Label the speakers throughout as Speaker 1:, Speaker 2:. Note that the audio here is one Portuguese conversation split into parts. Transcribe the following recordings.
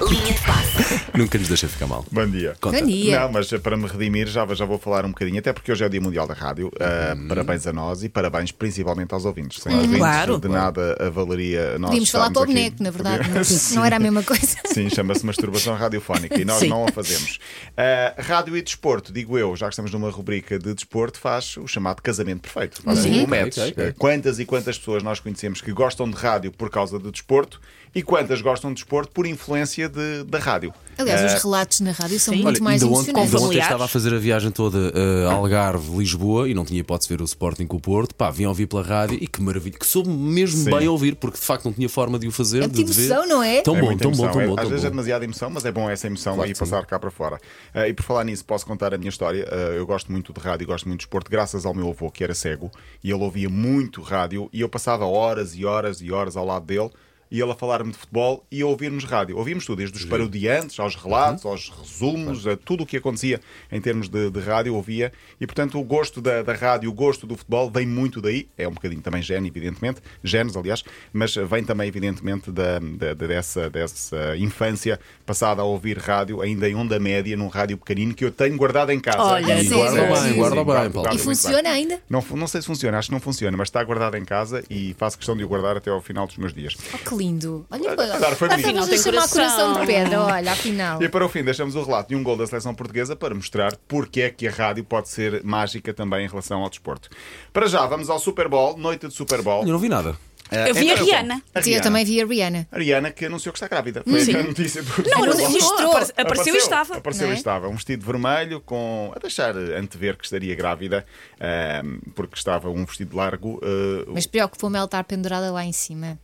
Speaker 1: Linha de passe.
Speaker 2: Nunca nos deixa ficar mal.
Speaker 3: Bom dia.
Speaker 2: Conta.
Speaker 1: Mania.
Speaker 3: Não, mas para me redimir já, já vou falar um bocadinho, até porque hoje é o Dia Mundial da Rádio. Ah,
Speaker 2: Uhum.
Speaker 3: parabéns a nós e parabéns principalmente aos ouvintes. Sem ouvintes,
Speaker 4: Claro.
Speaker 3: de nada a valeria nós.
Speaker 1: Uhum. Podíamos falar
Speaker 3: estarmos
Speaker 1: para o
Speaker 3: aqui.
Speaker 1: boneco, na verdade. não- é?
Speaker 3: Sim.
Speaker 1: Não era a mesma coisa.
Speaker 3: Sim, chama-se masturbação radiofónica e nós
Speaker 4: Sim.
Speaker 3: não a fazemos. Ah, rádio e desporto, digo eu, já que estamos numa rubrica de desporto, faz o chamado casamento perfeito. Faz
Speaker 2: Sim.
Speaker 3: um match.
Speaker 2: Ok, ok.
Speaker 3: Quantas e quantas pessoas nós conhecemos que gostam de rádio por causa do desporto e quantas gostam de desporto por influência de- da rádio? Eh,
Speaker 1: Aliás, os relatos na rádio são
Speaker 4: Sim.
Speaker 1: muito
Speaker 2: Olha,
Speaker 1: mais
Speaker 2: ainda ontem,
Speaker 1: emocionantes.
Speaker 2: ainda ontem
Speaker 4: Familiares.
Speaker 3: é
Speaker 2: estava a fazer a viagem toda eh, Algarve, Lisboa e não tinha hipótese de ver o Sporting com o Porto. Pá, vim ouvir pela rádio e que maravilha, que soube mesmo
Speaker 3: Sim.
Speaker 2: bem ouvir, porque de facto não tinha forma de o fazer.
Speaker 1: É
Speaker 2: de
Speaker 1: muita
Speaker 2: de ver.
Speaker 1: emoção, não é?
Speaker 2: Tão
Speaker 3: É
Speaker 2: bom,
Speaker 3: muita
Speaker 2: tão bom,
Speaker 3: emoção,
Speaker 2: tão
Speaker 3: é-
Speaker 2: bom.
Speaker 3: Às
Speaker 2: tão
Speaker 3: vezes é
Speaker 2: bom.
Speaker 3: demasiada emoção, mas é bom essa emoção
Speaker 2: Claro
Speaker 3: e
Speaker 2: que sim.
Speaker 3: passar cá para fora. Ah, e por falar nisso, posso contar a minha história. Ah, eu gosto muito de rádio, gosto muito de esporte, graças ao meu avô, que era cego, e ele ouvia muito rádio, e eu passava horas e horas e horas ao lado dele. E ele a falar-me de futebol e a ouvirmos rádio. Ouvimos tudo, desde os parodiantes aos relatos,
Speaker 2: Uhum.
Speaker 3: aos resumos, a eh, tudo o que acontecia em termos de, de rádio, ouvia. E portanto, o gosto da, da rádio, o gosto do futebol vem muito daí. É um bocadinho também gene, evidentemente, genes, aliás, mas vem também, evidentemente, da, da- da- dessa, dessa infância passada a ouvir rádio, ainda em onda média, num rádio pequenino que eu tenho guardado em casa.
Speaker 4: Olha,
Speaker 2: E
Speaker 4: sim,
Speaker 2: guarda
Speaker 4: sim,
Speaker 2: bem, guarda
Speaker 4: sim.
Speaker 2: bem,
Speaker 3: Guardo-
Speaker 2: Paulo.
Speaker 3: guardo
Speaker 1: E
Speaker 3: muito bem.
Speaker 1: funciona ainda?
Speaker 3: Não, fu- não sei se funciona, acho que não funciona, mas está guardado em casa e faço questão de o guardar até ao final dos meus dias.
Speaker 1: Oh, que lindo. Olha,
Speaker 3: Claro, foi bonito.
Speaker 1: afinal, tem
Speaker 4: Tem
Speaker 1: chamar coração
Speaker 4: coração.
Speaker 1: de pedra, olha, afinal.
Speaker 3: E para o fim, deixamos o relato de um gol da seleção portuguesa para mostrar porque é que a rádio pode ser mágica também em relação ao desporto. Para já, vamos ao Super Bowl, noite de Super Bowl.
Speaker 2: Eu não vi nada.
Speaker 3: Eh,
Speaker 4: Eu vi
Speaker 3: então,
Speaker 4: a Rihanna. Hum,
Speaker 3: a
Speaker 1: Sim, eu
Speaker 3: Rihanna.
Speaker 1: também vi a Rihanna.
Speaker 3: A Rihanna que anunciou que está grávida. Foi a notícia do Super
Speaker 4: Não,
Speaker 3: Bowl.
Speaker 4: não mostrou. então, Apare- Apareceu, e estava.
Speaker 3: Apareceu
Speaker 1: não é?
Speaker 3: e estava. Um vestido vermelho com. a deixar antever que estaria grávida, ehm, porque estava um vestido largo. eh,
Speaker 1: Mas preocupou-me ela estar pendurada lá em cima.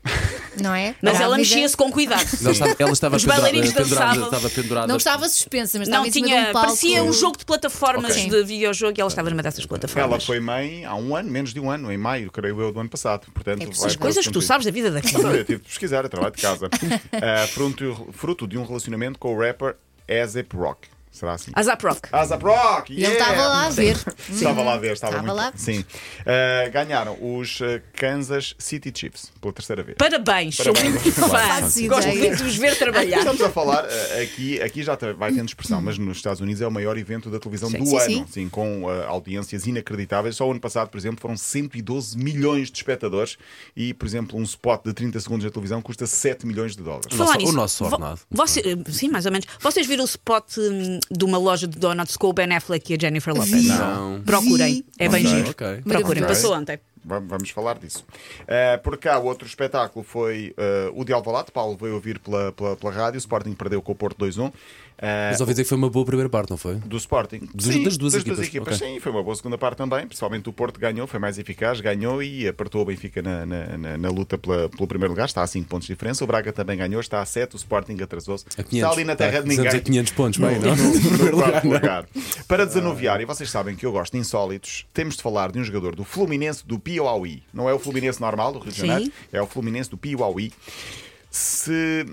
Speaker 1: Não é?
Speaker 4: Mas
Speaker 1: Grávida.
Speaker 4: ela mexia-se com cuidado.
Speaker 2: Ela estava, ela estava
Speaker 4: Os
Speaker 2: pendurada,
Speaker 4: bailarinos
Speaker 2: pendurada,
Speaker 4: dançavam.
Speaker 2: estava pendurada.
Speaker 1: Não estava suspensa, mas estava
Speaker 4: Não
Speaker 1: em cima de
Speaker 4: tinha.
Speaker 1: um palco.
Speaker 4: parecia um jogo de plataformas
Speaker 1: Ok.
Speaker 4: de videojogo e ela estava numa dessas plataformas.
Speaker 3: Ela foi mãe há um ano, menos de um ano, em maio, creio eu, do ano passado. Portanto,
Speaker 1: É preciso
Speaker 3: vai
Speaker 4: As coisas que tu
Speaker 3: fazer
Speaker 4: sabes da vida da
Speaker 3: sentido.
Speaker 4: Rihanna.
Speaker 3: Eu tive de pesquisar, eu trabalho de casa. Ah, fruto, fruto de um relacionamento com o rapper Azep Rock. Será assim?
Speaker 4: Azap Rock.
Speaker 3: Azep Rock!
Speaker 1: E ele estava
Speaker 3: É.
Speaker 1: lá a ver.
Speaker 3: Estava lá a ver, estava,
Speaker 1: Estava
Speaker 3: muito-
Speaker 1: lá.
Speaker 3: Sim. Ah, ganharam os ah, Kansas City Chiefs pela terceira vez.
Speaker 4: Parabéns, sou
Speaker 3: Parabéns.
Speaker 4: muito fã.
Speaker 1: Faço ideia.
Speaker 4: Gosto muito de vos ver trabalhar.
Speaker 3: Estamos a falar eh, aqui, aqui já tá- vai tendo expressão, mas nos Estados Unidos é o maior evento da televisão do
Speaker 1: Sim,
Speaker 3: ano,
Speaker 1: sim.
Speaker 3: com eh, audiências inacreditáveis. Só o ano passado, por exemplo, foram 112 milhões de espectadores e, por exemplo, um spot de 30 segundos na televisão custa 7 milhões de dólares.
Speaker 2: nosso-
Speaker 4: Falar nisso,
Speaker 2: o nosso
Speaker 4: vo-
Speaker 2: ordenado.
Speaker 4: você- sim, mais ou menos. Vocês viram o spot hum, de uma loja de donuts com o Ben Affleck e a Jennifer Lopez?
Speaker 1: Vi.
Speaker 2: Não.
Speaker 4: Procurem, é bem
Speaker 3: Ok.
Speaker 4: giro.
Speaker 2: Ok.
Speaker 4: Procurem,
Speaker 1: Maravilhoso.
Speaker 4: passou ontem.
Speaker 3: Va- Vamos falar disso. Eh, por cá, o outro espetáculo foi eh, o de Alvalade. Paulo veio ouvir pela, pela, pela rádio. O Sporting perdeu com o Porto 2-1. Eh,
Speaker 2: Mas ouvi dizer que foi uma boa primeira parte, não foi?
Speaker 3: Do Sporting.
Speaker 2: Dos- das duas equipas, ok.
Speaker 3: Sim, foi uma boa segunda parte também. Principalmente o Porto ganhou, foi mais eficaz, ganhou e apertou o Benfica na, na- na- na luta pela- pelo primeiro lugar. Está a 5 pontos de diferença. O Braga também ganhou, está a 7. O Sporting atrasou-se.
Speaker 2: A 500,
Speaker 3: Está ali na terra
Speaker 2: tá,
Speaker 3: de
Speaker 2: dizemos
Speaker 3: ninguém.
Speaker 2: a 500 pontos, bem, não?
Speaker 3: No- no
Speaker 2: Primeiro lugar,
Speaker 3: quarto
Speaker 2: não. Ah.
Speaker 3: lugar. Para desanuviar, e vocês sabem que eu gosto de insólitos, temos de falar de um jogador do Fluminense do Piauí. Não é o Fluminense normal do Rio de
Speaker 4: Sim.
Speaker 3: Janeiro, é o Fluminense do Piauí. Se...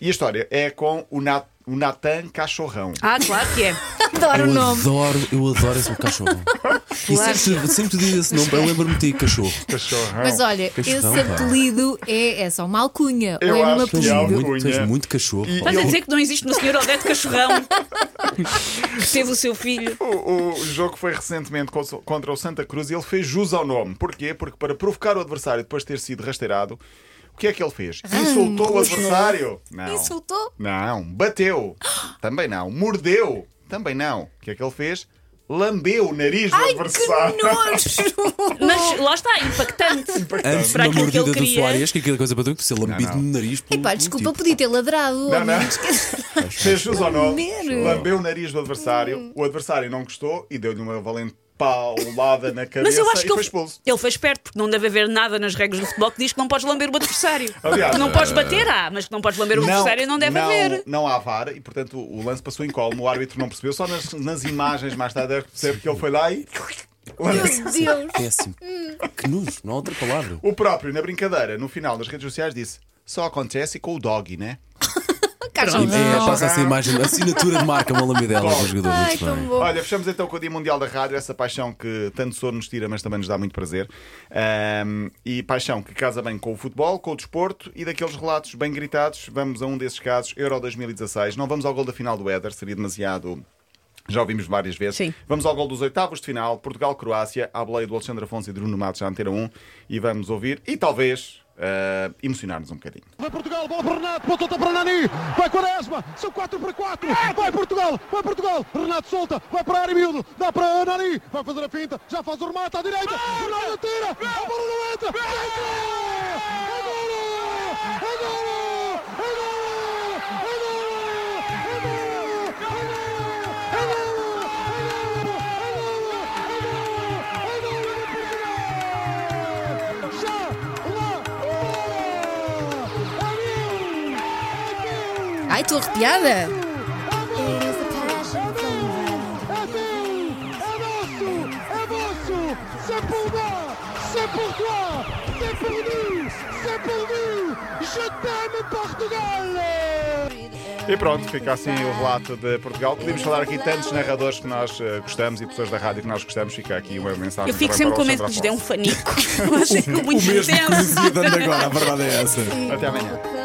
Speaker 3: E a história é com o, Nat... o Natan Cachorrão.
Speaker 4: Ah, claro que é.
Speaker 1: Adoro o
Speaker 2: Eu
Speaker 1: nome.
Speaker 2: adoro, eu adoro esse cachorro. E sempre, sempre diz esse nome, eu lembro-me de ti, cachorro.
Speaker 3: Cachorrão.
Speaker 1: Mas olha,
Speaker 2: Que
Speaker 1: esse
Speaker 2: questão, pá.
Speaker 1: apelido é, é só uma alcunha.
Speaker 3: Eu
Speaker 1: ou é mesmo
Speaker 3: acho que é
Speaker 1: apelido.
Speaker 3: algo-
Speaker 2: Muito,
Speaker 3: Cunha.
Speaker 2: tens muito cachorro.
Speaker 3: E-
Speaker 2: Paulo.
Speaker 4: Estás a
Speaker 3: Eu-
Speaker 4: dizer que não existe no senhor Odete Cachorrão que teve o seu filho.
Speaker 3: O, o jogo foi recentemente cons- contra o Santa Cruz e ele fez jus ao nome. Porquê? Porque para provocar o adversário depois de ter sido rasteirado, o que é que ele fez?
Speaker 4: Ah,
Speaker 3: Insultou o adversário? Não.
Speaker 1: Insultou?
Speaker 3: Não. Bateu? Também não. Mordeu? Também não. O que é que ele fez? Lambeu o nariz do
Speaker 1: Ai,
Speaker 3: adversário.
Speaker 1: que nojo!
Speaker 4: Mas lá está, impactante.
Speaker 2: Antes de
Speaker 4: é Para
Speaker 2: uma
Speaker 4: aquilo que
Speaker 2: mordida
Speaker 4: ele
Speaker 2: do
Speaker 4: queria.
Speaker 2: Soares, que é aquela coisa para tu que ser lambido
Speaker 3: Não, não.
Speaker 2: no nariz. pelo-
Speaker 1: Epá,
Speaker 2: pelo
Speaker 1: desculpa,
Speaker 2: tipo.
Speaker 1: podia ter ladrado. ao
Speaker 3: Não, não.
Speaker 1: menos que-
Speaker 3: Fez jus ao nome.
Speaker 1: Lamber.
Speaker 3: Lambeu o nariz do
Speaker 4: Hum.
Speaker 3: adversário. O adversário não gostou e deu-lhe uma valente paulada na cabeça
Speaker 4: Mas eu acho
Speaker 3: e
Speaker 4: que
Speaker 3: foi
Speaker 4: ele,
Speaker 3: expulso.
Speaker 4: ele foi esperto, porque não deve haver nada nas regras do futebol que diz que não podes lamber o adversário.
Speaker 3: Aliás,
Speaker 4: que não
Speaker 3: eh,
Speaker 4: podes bater, há, mas que não podes lamber o adversário não deve haver.
Speaker 3: Não há VAR e, portanto, o lance passou em colmo. O árbitro não percebeu. Só nas, nas imagens mais tarde é que percebe que ele foi lá e.
Speaker 1: Meu Deus!
Speaker 2: Péssimo.
Speaker 4: Hum.
Speaker 2: Que nojo, não há outra palavra.
Speaker 3: O próprio, na brincadeira, no final das redes sociais, disse: Só acontece com o dog, né?
Speaker 1: Carlos
Speaker 2: E- é,
Speaker 1: Alves.
Speaker 2: passa essa imagem, a assinatura de marca, uma lamidela do jogador.
Speaker 1: Ai,
Speaker 2: muito bem.
Speaker 1: tão bom.
Speaker 3: Olha, fechamos então com o Dia Mundial da Rádio, essa paixão que tanto sono nos tira, mas também nos dá muito prazer. Ahm, e paixão que casa bem com o futebol, com o desporto e daqueles relatos bem gritados. Vamos a um desses casos, Euro 2016. Não vamos ao gol da final do Éder, seria demasiado. Já ouvimos várias vezes.
Speaker 4: Sim.
Speaker 3: Vamos ao gol dos oitavos de final, Portugal-Croácia, à boleia do Alexandre Afonso e do Bruno Matos já anteira 1 e vamos ouvir e talvez ah, emocionar-nos um bocadinho.
Speaker 5: Vai Portugal, bola para Renato, ponta para Nani, vai Quaresma, são 4 para 4, vai Portugal, vai Portugal, Renato solta, vai para Arimildo, dá para Nani, vai fazer a finta, já faz o remate à direita, Ronaldo tira, a bola não entra, entra! É golo! É golo! É golo! É golo! É golo! É golo! É golo! É golo! É golo! É golo! É golo de Portugal! Já lá fora! Adeus! Adeus!
Speaker 1: Ai, estou arrepiada.
Speaker 5: É teu, é nosso, é vosso, c'est pour moi, c'est pour toi, c'est pour nous, c'est pour nous, je t'aime Portugal!
Speaker 3: E pronto, fica assim o relato de Portugal. Podemos falar aqui tantos narradores que nós eh, gostamos e pessoas da rádio que nós gostamos. Fica aqui uma mensagem.
Speaker 4: Eu fico
Speaker 3: também
Speaker 4: sempre
Speaker 3: para
Speaker 4: com
Speaker 3: o
Speaker 4: medo que um
Speaker 3: Alexandre
Speaker 4: lhes dê um fanico. Eu Achei muito
Speaker 2: O mesmo que
Speaker 4: intenso.
Speaker 2: nos ia dando agora, a verdade é essa.
Speaker 3: Afonso. Até amanhã.